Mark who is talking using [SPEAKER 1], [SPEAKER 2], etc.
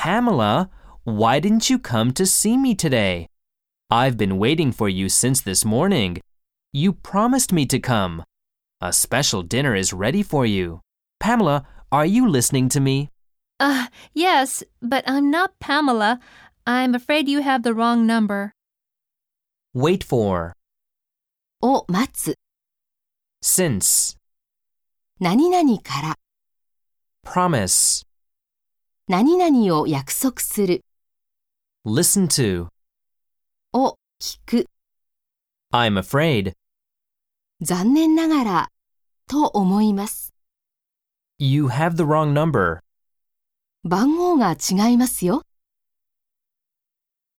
[SPEAKER 1] Pamela, why didn't you come to see me today? I've been waiting for you since this morning. You promised me to come. A special dinner is ready for you. Pamela, are you listening to me?
[SPEAKER 2] Uh, yes, but I'm not Pamela. I'm afraid you have the wrong number.
[SPEAKER 1] Wait for
[SPEAKER 3] を待つ、
[SPEAKER 1] since
[SPEAKER 3] 何々から、
[SPEAKER 1] promise
[SPEAKER 3] 何々を約束する、
[SPEAKER 1] listen to
[SPEAKER 3] を聞く、
[SPEAKER 1] I'm afraid
[SPEAKER 3] 残念ながら、と思います。
[SPEAKER 1] you have the wrong number.
[SPEAKER 3] 番号が違いますよ。